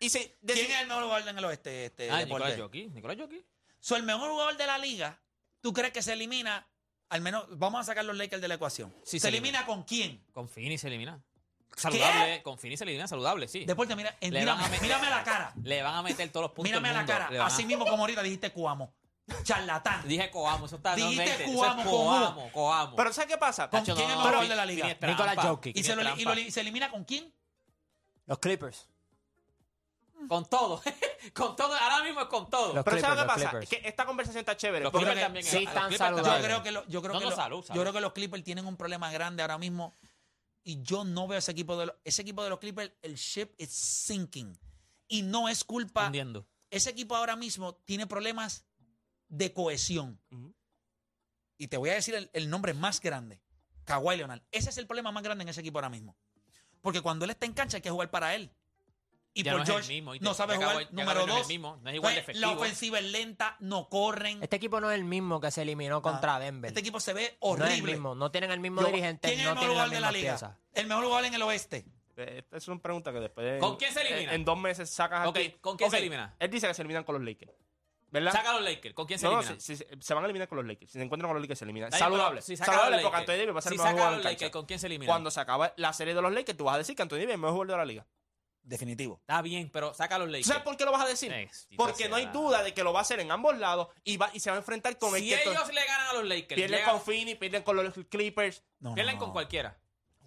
[SPEAKER 6] y se
[SPEAKER 2] ¿Quién es el mejor jugador en el oeste? Este,
[SPEAKER 3] Ah,
[SPEAKER 2] deporte?
[SPEAKER 3] Nicolás Jokic. Nicolás Jokic.
[SPEAKER 2] So, el mejor jugador de la liga, ¿tú crees que se elimina? Al menos, vamos a sacar los Lakers de la ecuación.
[SPEAKER 3] Sí,
[SPEAKER 2] ¿Se
[SPEAKER 3] se
[SPEAKER 2] elimina, con quién?
[SPEAKER 3] Con Fini se elimina. Saludable, con Fini se elimina saludable, sí.
[SPEAKER 2] Deporte, mira, en-
[SPEAKER 3] Le
[SPEAKER 2] mírame,
[SPEAKER 3] van a meter-
[SPEAKER 2] mírame la cara.
[SPEAKER 3] Le van a meter todos los puntos.
[SPEAKER 2] Mírame
[SPEAKER 3] del
[SPEAKER 2] la
[SPEAKER 3] mundo. Le
[SPEAKER 2] cara.
[SPEAKER 3] van a-
[SPEAKER 2] Así mismo como ahorita dijiste cuamo. Charlatán.
[SPEAKER 3] Dije Coamo, eso está
[SPEAKER 2] Dijiste
[SPEAKER 3] eso es
[SPEAKER 2] Coamo, con U.
[SPEAKER 3] Coamo, Coamo.
[SPEAKER 6] Pero ¿sabes qué pasa?
[SPEAKER 2] ¿Con
[SPEAKER 3] Tacho,
[SPEAKER 2] quién es
[SPEAKER 3] no,
[SPEAKER 2] el mejor
[SPEAKER 3] Fini-
[SPEAKER 2] de la
[SPEAKER 3] Fini
[SPEAKER 2] liga?
[SPEAKER 3] es trampa.
[SPEAKER 7] Nicolás Jokic.
[SPEAKER 2] ¿Y
[SPEAKER 3] Fini
[SPEAKER 2] se,
[SPEAKER 3] es
[SPEAKER 2] lo- y
[SPEAKER 3] trampa.
[SPEAKER 2] lo- se elimina con quién?
[SPEAKER 7] Los Clippers.
[SPEAKER 3] Con todo. con todo. Ahora mismo es con todo.
[SPEAKER 7] Los
[SPEAKER 6] Pero ¿sabes qué
[SPEAKER 7] Clippers,
[SPEAKER 6] pasa?
[SPEAKER 7] los
[SPEAKER 6] Es que esta conversación está chévere.
[SPEAKER 3] Los
[SPEAKER 6] porque-
[SPEAKER 3] Clippers
[SPEAKER 2] creo que
[SPEAKER 3] también.
[SPEAKER 7] sí
[SPEAKER 3] los
[SPEAKER 7] están
[SPEAKER 3] Clippers también.
[SPEAKER 2] Yo
[SPEAKER 7] Saludable.
[SPEAKER 2] creo que, lo- yo, creo
[SPEAKER 3] No,
[SPEAKER 2] que
[SPEAKER 3] no,
[SPEAKER 2] lo-
[SPEAKER 3] salud, salud.
[SPEAKER 2] yo creo que los Clippers tienen un problema grande ahora mismo y yo no veo ese equipo de los, ese equipo de los Clippers, el ship is sinking y no es culpa.
[SPEAKER 3] Hundiendo.
[SPEAKER 2] Ese equipo ahora mismo tiene problemas de cohesión.
[SPEAKER 6] Ujú.
[SPEAKER 2] Y te voy a decir el, el nombre más grande, Kawhi Leonard. Ese es el problema más grande en ese equipo ahora mismo. Porque cuando él está en cancha hay que jugar para él. Y
[SPEAKER 3] Ya
[SPEAKER 2] por
[SPEAKER 3] no es el
[SPEAKER 2] George
[SPEAKER 3] mismo, ¿oíste?
[SPEAKER 2] no sabe
[SPEAKER 3] Ya
[SPEAKER 2] jugar
[SPEAKER 3] Kawhi- ya
[SPEAKER 2] número
[SPEAKER 3] Kawhi no es el
[SPEAKER 2] dos. Pues,
[SPEAKER 3] mismo, no es igual de
[SPEAKER 2] la
[SPEAKER 3] efectivo. eh.
[SPEAKER 2] ofensiva es lenta, no corren.
[SPEAKER 7] Este equipo no es el mismo que se eliminó contra Denver.
[SPEAKER 2] Este equipo se ve
[SPEAKER 7] No es el
[SPEAKER 2] horrible.
[SPEAKER 7] mismo. No tienen el mismo
[SPEAKER 2] Yo-
[SPEAKER 7] dirigente.
[SPEAKER 2] ¿Quién es el
[SPEAKER 7] no
[SPEAKER 2] mejor
[SPEAKER 7] tienen las
[SPEAKER 2] jugador de la
[SPEAKER 7] mismas
[SPEAKER 2] liga?
[SPEAKER 7] piezas.
[SPEAKER 2] El mejor jugador en el oeste.
[SPEAKER 6] Eh, Esta es una pregunta que después.
[SPEAKER 3] ¿Con quién se elimina?
[SPEAKER 6] En, en dos meses sacas.
[SPEAKER 3] Ok,
[SPEAKER 6] aquí.
[SPEAKER 3] ¿con quién se
[SPEAKER 6] Ok,
[SPEAKER 3] elimina?
[SPEAKER 6] Él dice que se eliminan con los Lakers. ¿Verdad?
[SPEAKER 3] Saca a los Lakers. ¿Con quién se
[SPEAKER 6] no, no,
[SPEAKER 3] elimina?
[SPEAKER 6] si- si- se van a eliminar con los Lakers. Si se encuentran con los Lakers, se eliminan.
[SPEAKER 3] Está bien,
[SPEAKER 6] saludable.
[SPEAKER 3] pero Si saca a
[SPEAKER 6] saludable
[SPEAKER 3] los
[SPEAKER 6] porque
[SPEAKER 3] Lakers.
[SPEAKER 6] Anthony Davis va a ser
[SPEAKER 3] Si
[SPEAKER 6] el
[SPEAKER 3] saca
[SPEAKER 6] mejor
[SPEAKER 3] a
[SPEAKER 6] jugador
[SPEAKER 3] los
[SPEAKER 6] en
[SPEAKER 3] Lakers,
[SPEAKER 6] cancha.
[SPEAKER 3] ¿con quién se elimina?
[SPEAKER 6] Cuando se acabe la serie de los Lakers, tú vas a decir que Anthony Davis es el mejor jugador de la liga.
[SPEAKER 2] Definitivo.
[SPEAKER 3] Está bien, pero saca a los Lakers.
[SPEAKER 6] ¿Sabes por qué lo vas a decir?
[SPEAKER 3] Eh, sí,
[SPEAKER 6] Porque
[SPEAKER 3] sí,
[SPEAKER 6] no hay
[SPEAKER 3] sí.
[SPEAKER 6] duda de que lo va a hacer en ambos lados y, va, y se va a enfrentar con este- el
[SPEAKER 3] si
[SPEAKER 6] que to-
[SPEAKER 3] ellos le ganan a los Lakers,
[SPEAKER 6] pierden
[SPEAKER 3] llegan-
[SPEAKER 6] con Phoenix, pierden con los Clippers.
[SPEAKER 2] No, no,
[SPEAKER 3] pierden
[SPEAKER 2] no.
[SPEAKER 3] con cualquiera.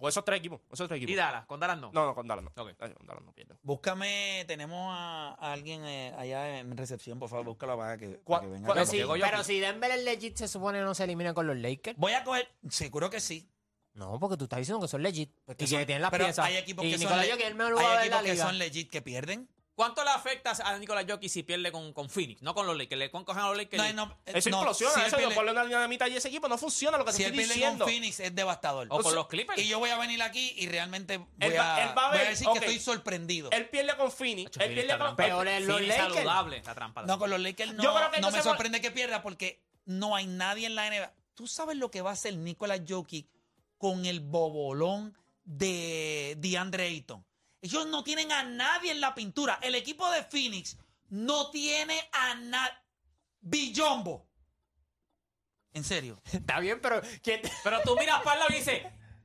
[SPEAKER 6] O esos tres equipos. Esos tres
[SPEAKER 3] Y
[SPEAKER 6] equipos.
[SPEAKER 3] Dallas, con Dallas no.
[SPEAKER 6] No, no, con Dallas no.
[SPEAKER 3] Ok.
[SPEAKER 6] Ay, Con Dallas no pierden.
[SPEAKER 2] Búscame, tenemos a, a alguien eh, allá en recepción, por favor, búscalo para que, para
[SPEAKER 6] ¿Cuál-
[SPEAKER 2] que venga. Pero
[SPEAKER 6] cuál-
[SPEAKER 7] Pero
[SPEAKER 6] Cuando
[SPEAKER 7] si,
[SPEAKER 2] sí,
[SPEAKER 6] llegó Jokic.
[SPEAKER 7] pero si Denver es legit, se supone que no se elimina con los Lakers.
[SPEAKER 2] Voy a coger, seguro que sí.
[SPEAKER 7] No, porque tú estás diciendo que son legit.
[SPEAKER 2] que
[SPEAKER 7] y
[SPEAKER 2] son-
[SPEAKER 7] que tienen las
[SPEAKER 2] pero
[SPEAKER 7] piezas.
[SPEAKER 2] Hay equipos
[SPEAKER 7] y
[SPEAKER 2] que son,
[SPEAKER 7] Nikola
[SPEAKER 2] le-
[SPEAKER 7] Jokic es el mejor
[SPEAKER 2] hay
[SPEAKER 7] jugador de la
[SPEAKER 2] equipos que
[SPEAKER 7] liga.
[SPEAKER 2] son legit que pierden.
[SPEAKER 3] ¿Cuánto le afecta a Nicolás Jokic si pierde con, con Phoenix? No con los Lakers. Le con- cojan a los Lakers.
[SPEAKER 2] No, no, eh,
[SPEAKER 6] Eso
[SPEAKER 2] no,
[SPEAKER 6] implosiona,
[SPEAKER 2] si él
[SPEAKER 6] eso
[SPEAKER 2] pierde-
[SPEAKER 6] de ponle una dinamita y ese equipo no funciona lo que
[SPEAKER 2] si
[SPEAKER 6] te
[SPEAKER 2] él
[SPEAKER 6] estoy
[SPEAKER 2] pierde con
[SPEAKER 6] diciendo.
[SPEAKER 2] Phoenix es devastador.
[SPEAKER 3] o con
[SPEAKER 2] sea,
[SPEAKER 3] los Clippers.
[SPEAKER 2] y yo voy a venir aquí y realmente voy,
[SPEAKER 6] Él va-
[SPEAKER 2] a,
[SPEAKER 6] él va a
[SPEAKER 2] voy
[SPEAKER 6] ver,
[SPEAKER 2] decir
[SPEAKER 6] ok.
[SPEAKER 2] que estoy sorprendido.
[SPEAKER 6] Él pierde con Phoenix,
[SPEAKER 3] Chacho,
[SPEAKER 6] él
[SPEAKER 3] Phoenix
[SPEAKER 6] pierde
[SPEAKER 3] está
[SPEAKER 6] con
[SPEAKER 3] trampa.
[SPEAKER 7] Peor es los
[SPEAKER 3] Phoenix
[SPEAKER 7] Lakers.
[SPEAKER 3] saludable. Está trampa.
[SPEAKER 2] No, con los Lakers no,
[SPEAKER 6] Yo creo que
[SPEAKER 2] no me
[SPEAKER 6] entonces va-
[SPEAKER 2] sorprende que pierda porque no hay nadie en la NBA. ¿Tú sabes lo que va a hacer Nicolas Jokic con el bobolón de DeAndre Ayton? Ellos no tienen a nadie en la pintura. El equipo de Phoenix no tiene a nadie. Billombo. En serio.
[SPEAKER 7] Está bien, pero ¿quién te-
[SPEAKER 3] Pero tú miras para el lado y dices,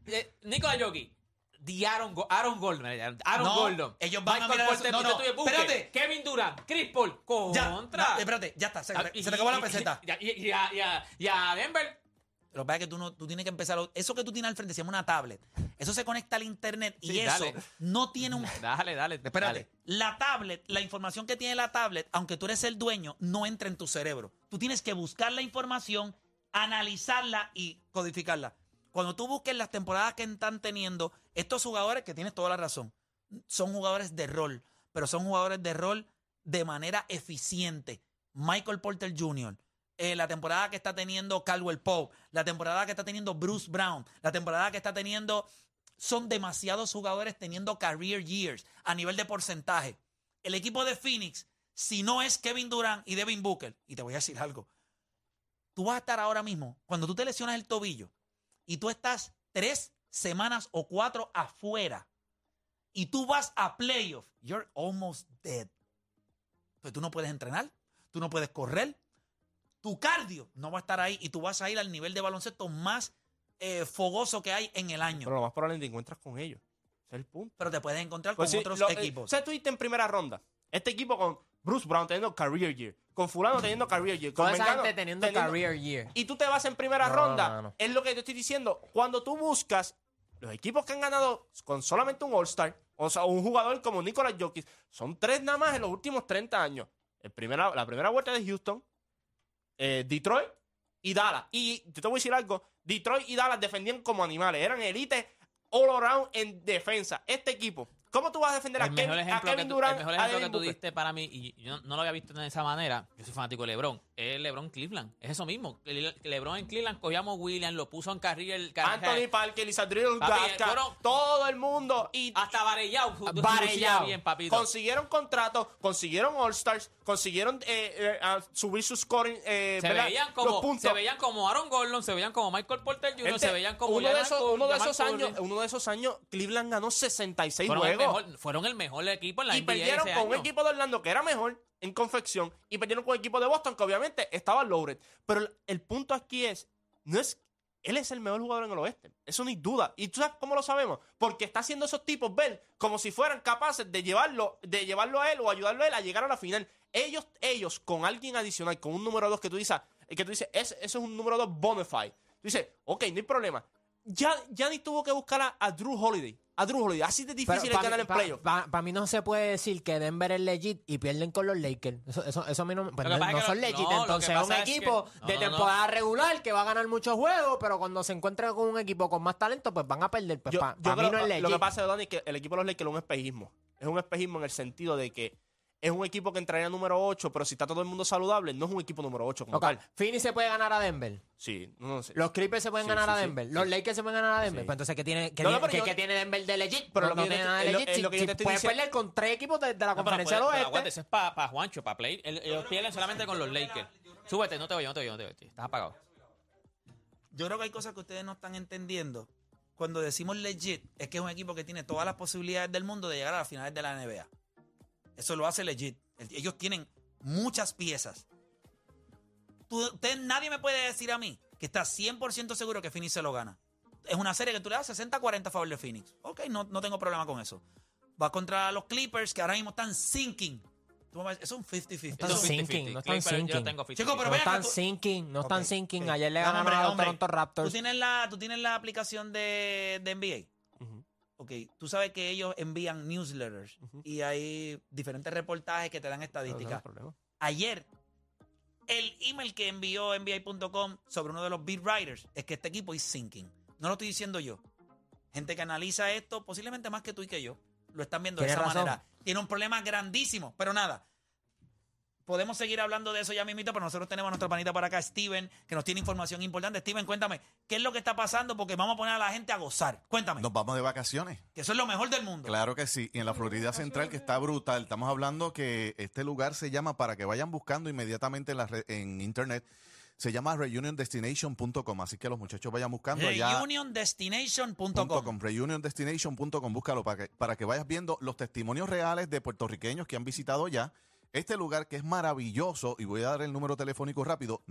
[SPEAKER 3] eh, Nicolás Jokic, di Aaron, Go- Aaron Gordon, eh, Aaron
[SPEAKER 2] No,
[SPEAKER 3] Gordon.
[SPEAKER 2] ellos van a
[SPEAKER 3] Michael
[SPEAKER 2] mirar a su-
[SPEAKER 3] Porter,
[SPEAKER 2] no, no,
[SPEAKER 3] Peter Booker,
[SPEAKER 2] espérate.
[SPEAKER 3] Kevin Durant, Chris Paul,
[SPEAKER 2] Ya,
[SPEAKER 3] contra.
[SPEAKER 2] no, espérate, ya está. Se,
[SPEAKER 3] Ah,
[SPEAKER 2] se te acabó la peseta.
[SPEAKER 3] Y, y- y a, y a- y a Denver.
[SPEAKER 2] Lo que pasa es que tú, no, tú tienes que empezar. Eso que tú tienes al frente se llama una tablet. Eso se conecta al internet y
[SPEAKER 3] Sí,
[SPEAKER 2] eso
[SPEAKER 3] dale.
[SPEAKER 2] no tiene un
[SPEAKER 3] Dale, dale.
[SPEAKER 2] Espérate,
[SPEAKER 3] dale.
[SPEAKER 2] la tablet, la información que tiene la tablet, aunque tú eres el dueño, no entra en tu cerebro. Tú tienes que buscar la información, analizarla y codificarla. Cuando tú busques las temporadas que están teniendo, estos jugadores, que tienes toda la razón, son jugadores de rol, pero son jugadores de rol de manera eficiente. Michael Porter Jr., eh, la temporada que está teniendo Caldwell Pope, la temporada que está teniendo Bruce Brown, la temporada que está teniendo son demasiados jugadores teniendo career years a nivel de porcentaje. El equipo de Phoenix, si no es Kevin Durant y Devin Booker, y te voy a decir algo, tú vas a estar ahora mismo, cuando tú te lesionas el tobillo y tú estás tres semanas o cuatro afuera y tú vas a playoff, you're almost dead. Pues tú no puedes entrenar, tú no puedes correr, tu cardio no va a estar ahí y tú vas a ir al nivel de baloncesto más eh, fogoso que hay en el año
[SPEAKER 6] Pero lo más probable es que te encuentras con ellos. Ese es el punto.
[SPEAKER 2] pero te puedes encontrar
[SPEAKER 6] Pues
[SPEAKER 2] con
[SPEAKER 6] sí,
[SPEAKER 2] otros
[SPEAKER 6] lo- eh,
[SPEAKER 2] equipos.
[SPEAKER 6] o sea, tú diste en primera ronda. Este equipo con Bruce Brown teniendo career year, con fulano teniendo career year, con
[SPEAKER 7] Toda esa
[SPEAKER 6] Mengano
[SPEAKER 7] gente teniendo career year.
[SPEAKER 6] Y tú te vas en primera
[SPEAKER 7] No,
[SPEAKER 6] ronda.
[SPEAKER 7] no, no.
[SPEAKER 6] Es lo que te estoy diciendo. Cuando tú buscas los equipos que han ganado con solamente un All-Star, o sea, un jugador como Nicolas Jokic, son tres nada más en los últimos 30 años. El primera, la primera vuelta de Houston, eh, Detroit y Dallas. Y yo te voy a decir algo, Detroit y Dallas defendían como animales, eran élite all around en defensa. Este equipo, ¿cómo tú vas a defender
[SPEAKER 3] El
[SPEAKER 6] a,
[SPEAKER 3] mejor
[SPEAKER 6] Kevin, a
[SPEAKER 3] ejemplo que
[SPEAKER 6] Kevin
[SPEAKER 3] tú-
[SPEAKER 6] Durant?
[SPEAKER 3] el mejor
[SPEAKER 6] a
[SPEAKER 3] ejemplo
[SPEAKER 6] Devin
[SPEAKER 3] que tú
[SPEAKER 6] Booker?
[SPEAKER 3] diste para mí, y yo no, no lo había visto de esa manera, yo soy fanático de LeBron, es LeBron Cleveland, es eso mismo. Le- LeBron en Cleveland cogíamos a Williams, lo puso en carril el
[SPEAKER 6] Anthony Parker, Lisandro
[SPEAKER 3] Papi,
[SPEAKER 6] Gasca,
[SPEAKER 3] fueron-
[SPEAKER 6] todo el mundo. Y
[SPEAKER 3] hasta Varellao.
[SPEAKER 7] Varellao.
[SPEAKER 3] bien, papito.
[SPEAKER 6] consiguieron contratos, consiguieron All-Stars, consiguieron eh, eh, a subir su scoring. eh,
[SPEAKER 3] se
[SPEAKER 6] ¿verdad?
[SPEAKER 3] veían,
[SPEAKER 6] Los
[SPEAKER 3] como,
[SPEAKER 6] puntos.
[SPEAKER 3] se veían como Aaron Gordon, se veían como Michael Porter Jr.,
[SPEAKER 6] Gente,
[SPEAKER 3] se veían como
[SPEAKER 6] uno de,
[SPEAKER 3] Giannis
[SPEAKER 6] esos,
[SPEAKER 3] Cur-
[SPEAKER 6] uno de
[SPEAKER 3] Jamal
[SPEAKER 6] esos años,
[SPEAKER 3] Curry.
[SPEAKER 6] uno de esos años, Cleveland ganó 66
[SPEAKER 3] Fueron el
[SPEAKER 6] juegos.
[SPEAKER 3] mejor, fueron el mejor equipo en la
[SPEAKER 6] y
[SPEAKER 3] NBA
[SPEAKER 6] perdieron
[SPEAKER 3] ese
[SPEAKER 6] con un
[SPEAKER 3] año.
[SPEAKER 6] equipo de Orlando que era mejor en confección y perdieron con un equipo de Boston que obviamente estaba loaded. Pero el, el punto aquí es, no es, él es el mejor jugador en el oeste, eso no hay duda. ¿Y tú sabes cómo lo sabemos? Porque está haciendo esos tipos ver como si fueran capaces de llevarlo, de llevarlo a él o ayudarlo a él a llegar a la final. Ellos, ellos con alguien adicional, con un número dos que tú dices, eh, que tú dices, "Es- eso es un número dos bonafide. Tú dices, ok, no hay problema. Ya, ya ni tuvo que buscar a, a Drew Holiday. A Drew Holiday, así de difícil es ganar en playoff.
[SPEAKER 7] Para mí no se puede decir que Denver es legit y pierden con los Lakers. Eso, eso, eso a mí no, pues
[SPEAKER 3] que
[SPEAKER 7] no,
[SPEAKER 3] pasa es
[SPEAKER 7] no
[SPEAKER 3] que
[SPEAKER 7] son
[SPEAKER 3] lo-
[SPEAKER 7] legit.
[SPEAKER 3] no, lo que
[SPEAKER 7] Entonces es un
[SPEAKER 3] pasa es
[SPEAKER 7] equipo
[SPEAKER 3] que-
[SPEAKER 7] de
[SPEAKER 3] no, no, no.
[SPEAKER 7] temporada regular que va a ganar muchos juegos, pero cuando se encuentra con un equipo con más talento, pues van a perder. Pues
[SPEAKER 6] Yo-
[SPEAKER 7] para
[SPEAKER 6] yo
[SPEAKER 7] mí
[SPEAKER 6] creo-
[SPEAKER 7] no es
[SPEAKER 6] Lo
[SPEAKER 7] legit.
[SPEAKER 6] que pasa, Donny, es que el equipo de los Lakers es un espejismo. Es un espejismo en el sentido de que es un equipo que entraría número 8, pero si está todo el mundo saludable, no es un equipo número 8 como
[SPEAKER 7] Ok,
[SPEAKER 6] tal.
[SPEAKER 7] Phoenix se puede ganar a Denver.
[SPEAKER 6] Sí, no, no sé.
[SPEAKER 7] Los Clippers se pueden
[SPEAKER 6] Sí,
[SPEAKER 7] ganar
[SPEAKER 6] sí,
[SPEAKER 7] a
[SPEAKER 6] sí,
[SPEAKER 7] Denver.
[SPEAKER 6] sí.
[SPEAKER 7] Los Lakers se pueden ganar a Denver.
[SPEAKER 6] Sí.
[SPEAKER 7] Pues entonces, ¿qué tiene, qué
[SPEAKER 6] No, no,
[SPEAKER 7] tiene-
[SPEAKER 6] pero
[SPEAKER 7] qué-
[SPEAKER 6] yo-
[SPEAKER 7] qué tiene Denver de legit?
[SPEAKER 6] Pero
[SPEAKER 7] Pero
[SPEAKER 6] lo
[SPEAKER 7] no,
[SPEAKER 6] que yo te-
[SPEAKER 7] tiene nada de
[SPEAKER 6] es lo-
[SPEAKER 7] legit.
[SPEAKER 6] es
[SPEAKER 7] Si-
[SPEAKER 6] lo que yo
[SPEAKER 7] si
[SPEAKER 6] te estoy
[SPEAKER 7] puedes
[SPEAKER 6] diciendo.
[SPEAKER 7] perder con tres equipos de, de la
[SPEAKER 3] No, pero
[SPEAKER 7] conferencia del
[SPEAKER 3] puede- pero
[SPEAKER 6] este.
[SPEAKER 7] oeste.
[SPEAKER 3] aguante, eso es para Juancho, para Play. El- Ellos pierden solamente con los Lakers. Súbete, no te oigo, no te oigo, no te oigo. Estás apagado.
[SPEAKER 2] Yo creo que hay cosas que ustedes no están entendiendo. Cuando decimos legit, es que es un equipo que tiene todas las posibilidades del mundo de llegar a las finales de la NBA. Eso lo hace legit. El- Ellos tienen muchas piezas. Tú- ustedes- nadie me puede decir a mí que está 100% seguro que Phoenix se lo gana. Es una serie que tú le das 60-40 a favor de Phoenix. Ok, no, no tengo problema con eso. Va contra los Clippers, que ahora mismo están sinking. Tú me vas a decir, Es un 50-50.
[SPEAKER 7] Están
[SPEAKER 3] Eso es
[SPEAKER 7] sinking,
[SPEAKER 3] 50-50.
[SPEAKER 7] no están
[SPEAKER 3] Clippers, Yo
[SPEAKER 7] sinking.
[SPEAKER 3] tengo
[SPEAKER 2] Chico,
[SPEAKER 3] 50-50.
[SPEAKER 2] pero
[SPEAKER 7] no
[SPEAKER 2] ven acá,
[SPEAKER 7] están
[SPEAKER 2] tú-
[SPEAKER 7] sinking, no
[SPEAKER 2] Ok,
[SPEAKER 7] están sinking.
[SPEAKER 2] ok.
[SPEAKER 7] Ayer le
[SPEAKER 2] No,
[SPEAKER 7] ganaron
[SPEAKER 2] hombre,
[SPEAKER 7] a los
[SPEAKER 2] hombre.
[SPEAKER 7] Toronto
[SPEAKER 2] Tú
[SPEAKER 7] Raptors.
[SPEAKER 2] tienes la, tú tienes la aplicación de, de NBA.
[SPEAKER 6] Ujú.
[SPEAKER 2] Ok, tú sabes que ellos envían newsletters y hay diferentes reportajes que te dan
[SPEAKER 6] No, no hay
[SPEAKER 2] estadísticas.
[SPEAKER 6] problema.
[SPEAKER 2] Ayer, el email que envió NBA.com sobre uno de los beat writers es que este equipo es sinking. No lo estoy diciendo yo. Gente que analiza esto, posiblemente más que tú y que yo, lo están viendo de
[SPEAKER 7] Tienes
[SPEAKER 2] esa
[SPEAKER 7] razón.
[SPEAKER 2] manera. Tiene un problema grandísimo, pero nada. Podemos seguir hablando de eso ya mismito, pero nosotros tenemos a nuestra panita para acá, Steven, que nos tiene información importante. Steven, cuéntame, ¿qué es lo que está pasando? Porque vamos a poner a la gente a gozar. Cuéntame,
[SPEAKER 8] Nos vamos de vacaciones.
[SPEAKER 2] que eso es lo mejor del mundo.
[SPEAKER 8] Claro que sí. Y en la Florida Central, que está brutal. Estamos hablando que este lugar se llama, para que vayan buscando inmediatamente en, la red- en internet, se llama reuniondestination.com. Así que los muchachos vayan buscando allá. Punto
[SPEAKER 2] Reuniondestination.com.
[SPEAKER 8] com, reuniondestination.com, búscalo para que, para que vayas viendo los testimonios reales de puertorriqueños que han visitado ya este lugar que es maravilloso y voy a dar el número telefónico rápido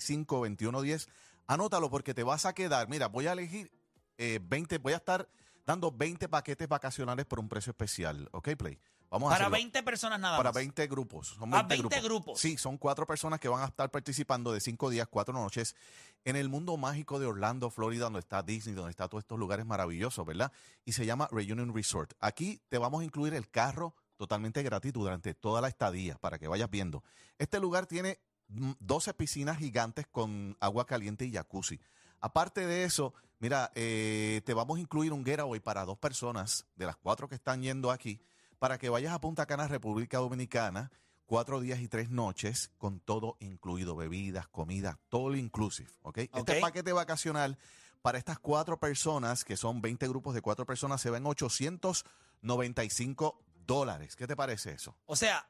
[SPEAKER 8] 945-2110 anótalo porque te vas a quedar mira voy a elegir eh, 20 voy a estar dando 20 paquetes vacacionales por un precio especial ok Play vamos a
[SPEAKER 2] Para
[SPEAKER 8] hacerlo.
[SPEAKER 2] 20 personas nada
[SPEAKER 8] Para
[SPEAKER 2] más.
[SPEAKER 8] 20 grupos. Son
[SPEAKER 2] Ah,
[SPEAKER 8] 20
[SPEAKER 2] 20 grupos.
[SPEAKER 8] Sí, son cuatro personas que van a estar participando de cinco días, cuatro noches en el mundo mágico de Orlando, Florida, donde está Disney, donde está todos estos lugares maravillosos, ¿verdad? Y se llama Reunion Resort. Aquí te vamos a incluir el carro totalmente gratis durante toda la estadía para que vayas viendo. Este lugar tiene mm, 12 piscinas gigantes con agua caliente y jacuzzi. Aparte de eso, mira, eh, te vamos a incluir un getaway para dos personas de las cuatro que están yendo aquí para que vayas a Punta Cana, República Dominicana, cuatro días y tres noches con todo incluido, bebidas, comida, todo inclusive, ¿ok? Este
[SPEAKER 2] Ok.
[SPEAKER 8] paquete vacacional para estas cuatro personas, que son 20 grupos de cuatro personas, se va en 895 dólares. ¿Qué te parece eso?
[SPEAKER 2] O sea,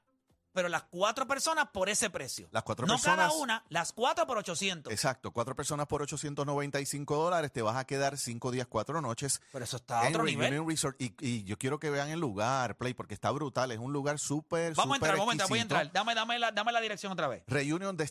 [SPEAKER 2] pero las cuatro personas por ese precio.
[SPEAKER 8] Las cuatro
[SPEAKER 2] no
[SPEAKER 8] personas...
[SPEAKER 2] cada una, las cuatro por 800.
[SPEAKER 8] Exacto, cuatro personas por 895 dólares, te vas a quedar cinco días, cuatro noches
[SPEAKER 2] Pero eso está a
[SPEAKER 8] en
[SPEAKER 2] otro nivel.
[SPEAKER 8] Reunion Resort. Y, y yo quiero que vean el lugar, Play, porque está brutal, es un lugar súper,
[SPEAKER 2] Vamos a entrar,
[SPEAKER 8] súper
[SPEAKER 2] vamos a entrar, voy a
[SPEAKER 8] exquisito.
[SPEAKER 2] entrar. Dame, dame, la, dame la dirección otra vez.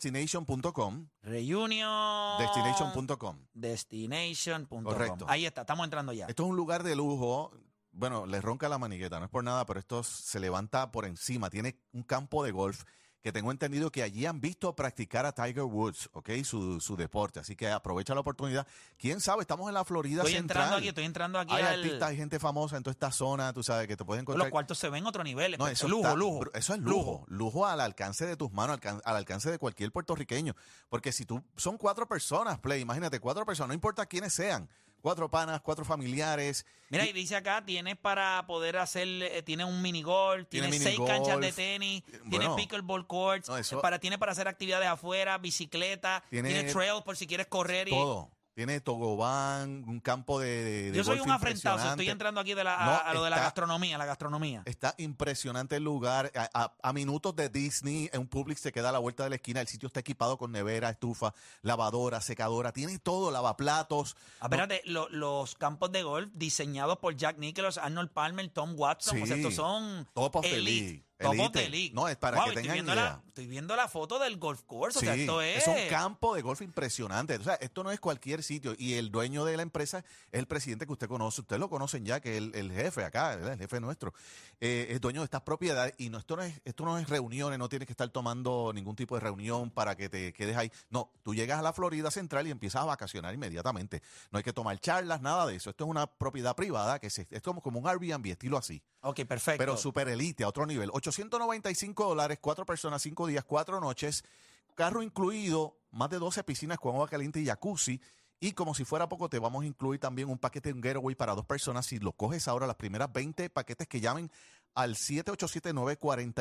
[SPEAKER 8] Reuniondestination.com,
[SPEAKER 2] Reunion.
[SPEAKER 8] destination.com.
[SPEAKER 2] Destination.com.
[SPEAKER 8] Correcto.
[SPEAKER 2] Ahí está, estamos entrando ya.
[SPEAKER 8] Esto es un lugar de lujo. Bueno, le ronca la manigueta, no es por nada, pero esto se levanta por encima. Tiene un campo de golf que tengo entendido que allí han visto practicar a Tiger Woods, ¿ok? Su, su deporte. Así que aprovecha la oportunidad. ¿Quién sabe? Estamos en la Florida
[SPEAKER 2] Estoy
[SPEAKER 8] Central.
[SPEAKER 2] entrando aquí, estoy entrando aquí
[SPEAKER 8] Hay
[SPEAKER 2] al-
[SPEAKER 8] artistas, hay gente famosa en toda esta zona, tú sabes, que te pueden
[SPEAKER 2] Los
[SPEAKER 8] encontrar.
[SPEAKER 2] cuartos se ven a otro nivel.
[SPEAKER 8] No,
[SPEAKER 2] es
[SPEAKER 8] eso
[SPEAKER 2] lujo,
[SPEAKER 8] está-
[SPEAKER 2] lujo.
[SPEAKER 8] br- Eso es lujo, lujo. al alcance de tus manos, alcan- al alcance de cualquier puertorriqueño. Porque si tú, son cuatro personas, Play, imagínate, cuatro personas, no importa quiénes sean. Cuatro panas, cuatro familiares,
[SPEAKER 2] Mira, y dice acá, tienes para poder hacer, eh, tiene un minigolf,
[SPEAKER 8] Tiene
[SPEAKER 2] tiene, seis
[SPEAKER 8] minigolf.
[SPEAKER 2] canchas de tenis, tiene
[SPEAKER 8] Bueno.
[SPEAKER 2] pickleball courts, eh,
[SPEAKER 8] No, eso-
[SPEAKER 2] para, tiene para hacer actividades afuera, bicicleta, tiene,
[SPEAKER 8] Tiene
[SPEAKER 2] trails por si quieres correr y...
[SPEAKER 8] todo. Tiene tobogán, un campo de. de- de
[SPEAKER 2] Yo soy
[SPEAKER 8] golf
[SPEAKER 2] un afrentazo, estoy
[SPEAKER 8] impresionante.
[SPEAKER 2] entrando aquí de la, a,
[SPEAKER 8] No,
[SPEAKER 2] a lo de la
[SPEAKER 8] está-
[SPEAKER 2] gastronomía, la gastronomía.
[SPEAKER 8] Está impresionante el lugar. A, a- a minutos de Disney, en un Publix se queda a la vuelta de la esquina. El sitio está equipado con nevera, estufa, lavadora, secadora. Tiene todo, lavaplatos.
[SPEAKER 2] Ah, Espérate, lo- los campos de golf diseñados por Jack Nicklaus, Arnold Palmer, Tom Watson, o sea,
[SPEAKER 8] Sí.
[SPEAKER 2] estos son
[SPEAKER 8] Top of the
[SPEAKER 2] elite,
[SPEAKER 8] league,
[SPEAKER 2] top of
[SPEAKER 8] elite.
[SPEAKER 2] the league.
[SPEAKER 8] No, es para
[SPEAKER 2] Guau,
[SPEAKER 8] que
[SPEAKER 2] y estoy
[SPEAKER 8] tengan
[SPEAKER 2] viendo
[SPEAKER 8] idea.
[SPEAKER 2] La, estoy viendo la foto del golf course,
[SPEAKER 8] Sí,
[SPEAKER 2] o sea, esto es...
[SPEAKER 8] un campo de golf impresionante. O sea, esto no es cualquier sitio. Y el dueño de la empresa es el presidente que usted conoce. Ustedes lo conocen ya, que es el, el jefe acá, ¿verdad? el jefe nuestro. Eh, es dueño de estas propiedades. Y no, esto, no es, esto no es reuniones, no tienes que estar tomando ningún tipo de reunión para que te quedes ahí. No, tú llegas a la Florida Central y empiezas a vacacionar inmediatamente. No hay que tomar charlas, nada de eso. Esto es una propiedad privada, que se, es como, como un Airbnb, estilo así.
[SPEAKER 2] Ok, perfecto.
[SPEAKER 8] Pero super elite, a otro nivel. 895 dólares, cuatro personas, cinco días, cuatro noches. Carro incluido, más de 12 piscinas con agua caliente y jacuzzi. Y como si fuera poco, te vamos a incluir también un paquete, un getaway para dos personas. Si lo coges ahora, las primeras 20 paquetes que llamen al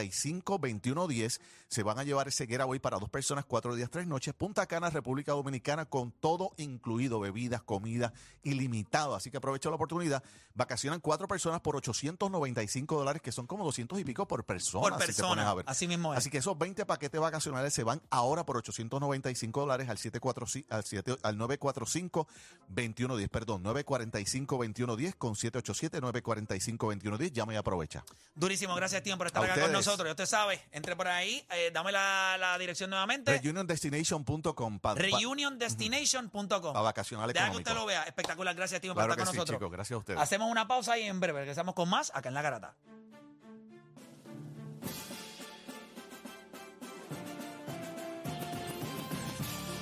[SPEAKER 8] 787-945-2110, se van a llevar ese getaway para dos personas, cuatro días, tres noches. Punta Cana, República Dominicana, con todo incluido, bebidas, comida, ilimitado. Así que aprovecha la oportunidad. Vacacionan cuatro personas por 895 dólares, que son como 200 y pico por persona.
[SPEAKER 2] por
[SPEAKER 8] si te pones
[SPEAKER 2] persona,
[SPEAKER 8] a ver.
[SPEAKER 2] así mismo es.
[SPEAKER 8] Así que esos 20 paquetes vacacionales se van ahora por 895 dólares al, 745 al, 7 al 945-2110, perdón, 945-2110 con 787-945-2110. Llama y aprovecha.
[SPEAKER 2] Durísimo, gracias Tío por estar
[SPEAKER 8] A
[SPEAKER 2] acá con
[SPEAKER 8] ustedes.
[SPEAKER 2] nosotros. Ya usted sabe, entre por ahí, eh, dame la, la dirección nuevamente.
[SPEAKER 8] Reuniondestination.com para
[SPEAKER 2] Reuniondestination.com.
[SPEAKER 8] pa vacacional
[SPEAKER 2] Deja que
[SPEAKER 8] económico.
[SPEAKER 2] usted lo vea. Espectacular, gracias Tío
[SPEAKER 8] Claro
[SPEAKER 2] por
[SPEAKER 8] que
[SPEAKER 2] estar
[SPEAKER 8] sí,
[SPEAKER 2] con nosotros.
[SPEAKER 8] chicos. Gracias a ustedes.
[SPEAKER 2] Hacemos una pausa y en breve regresamos con más acá en La Garata.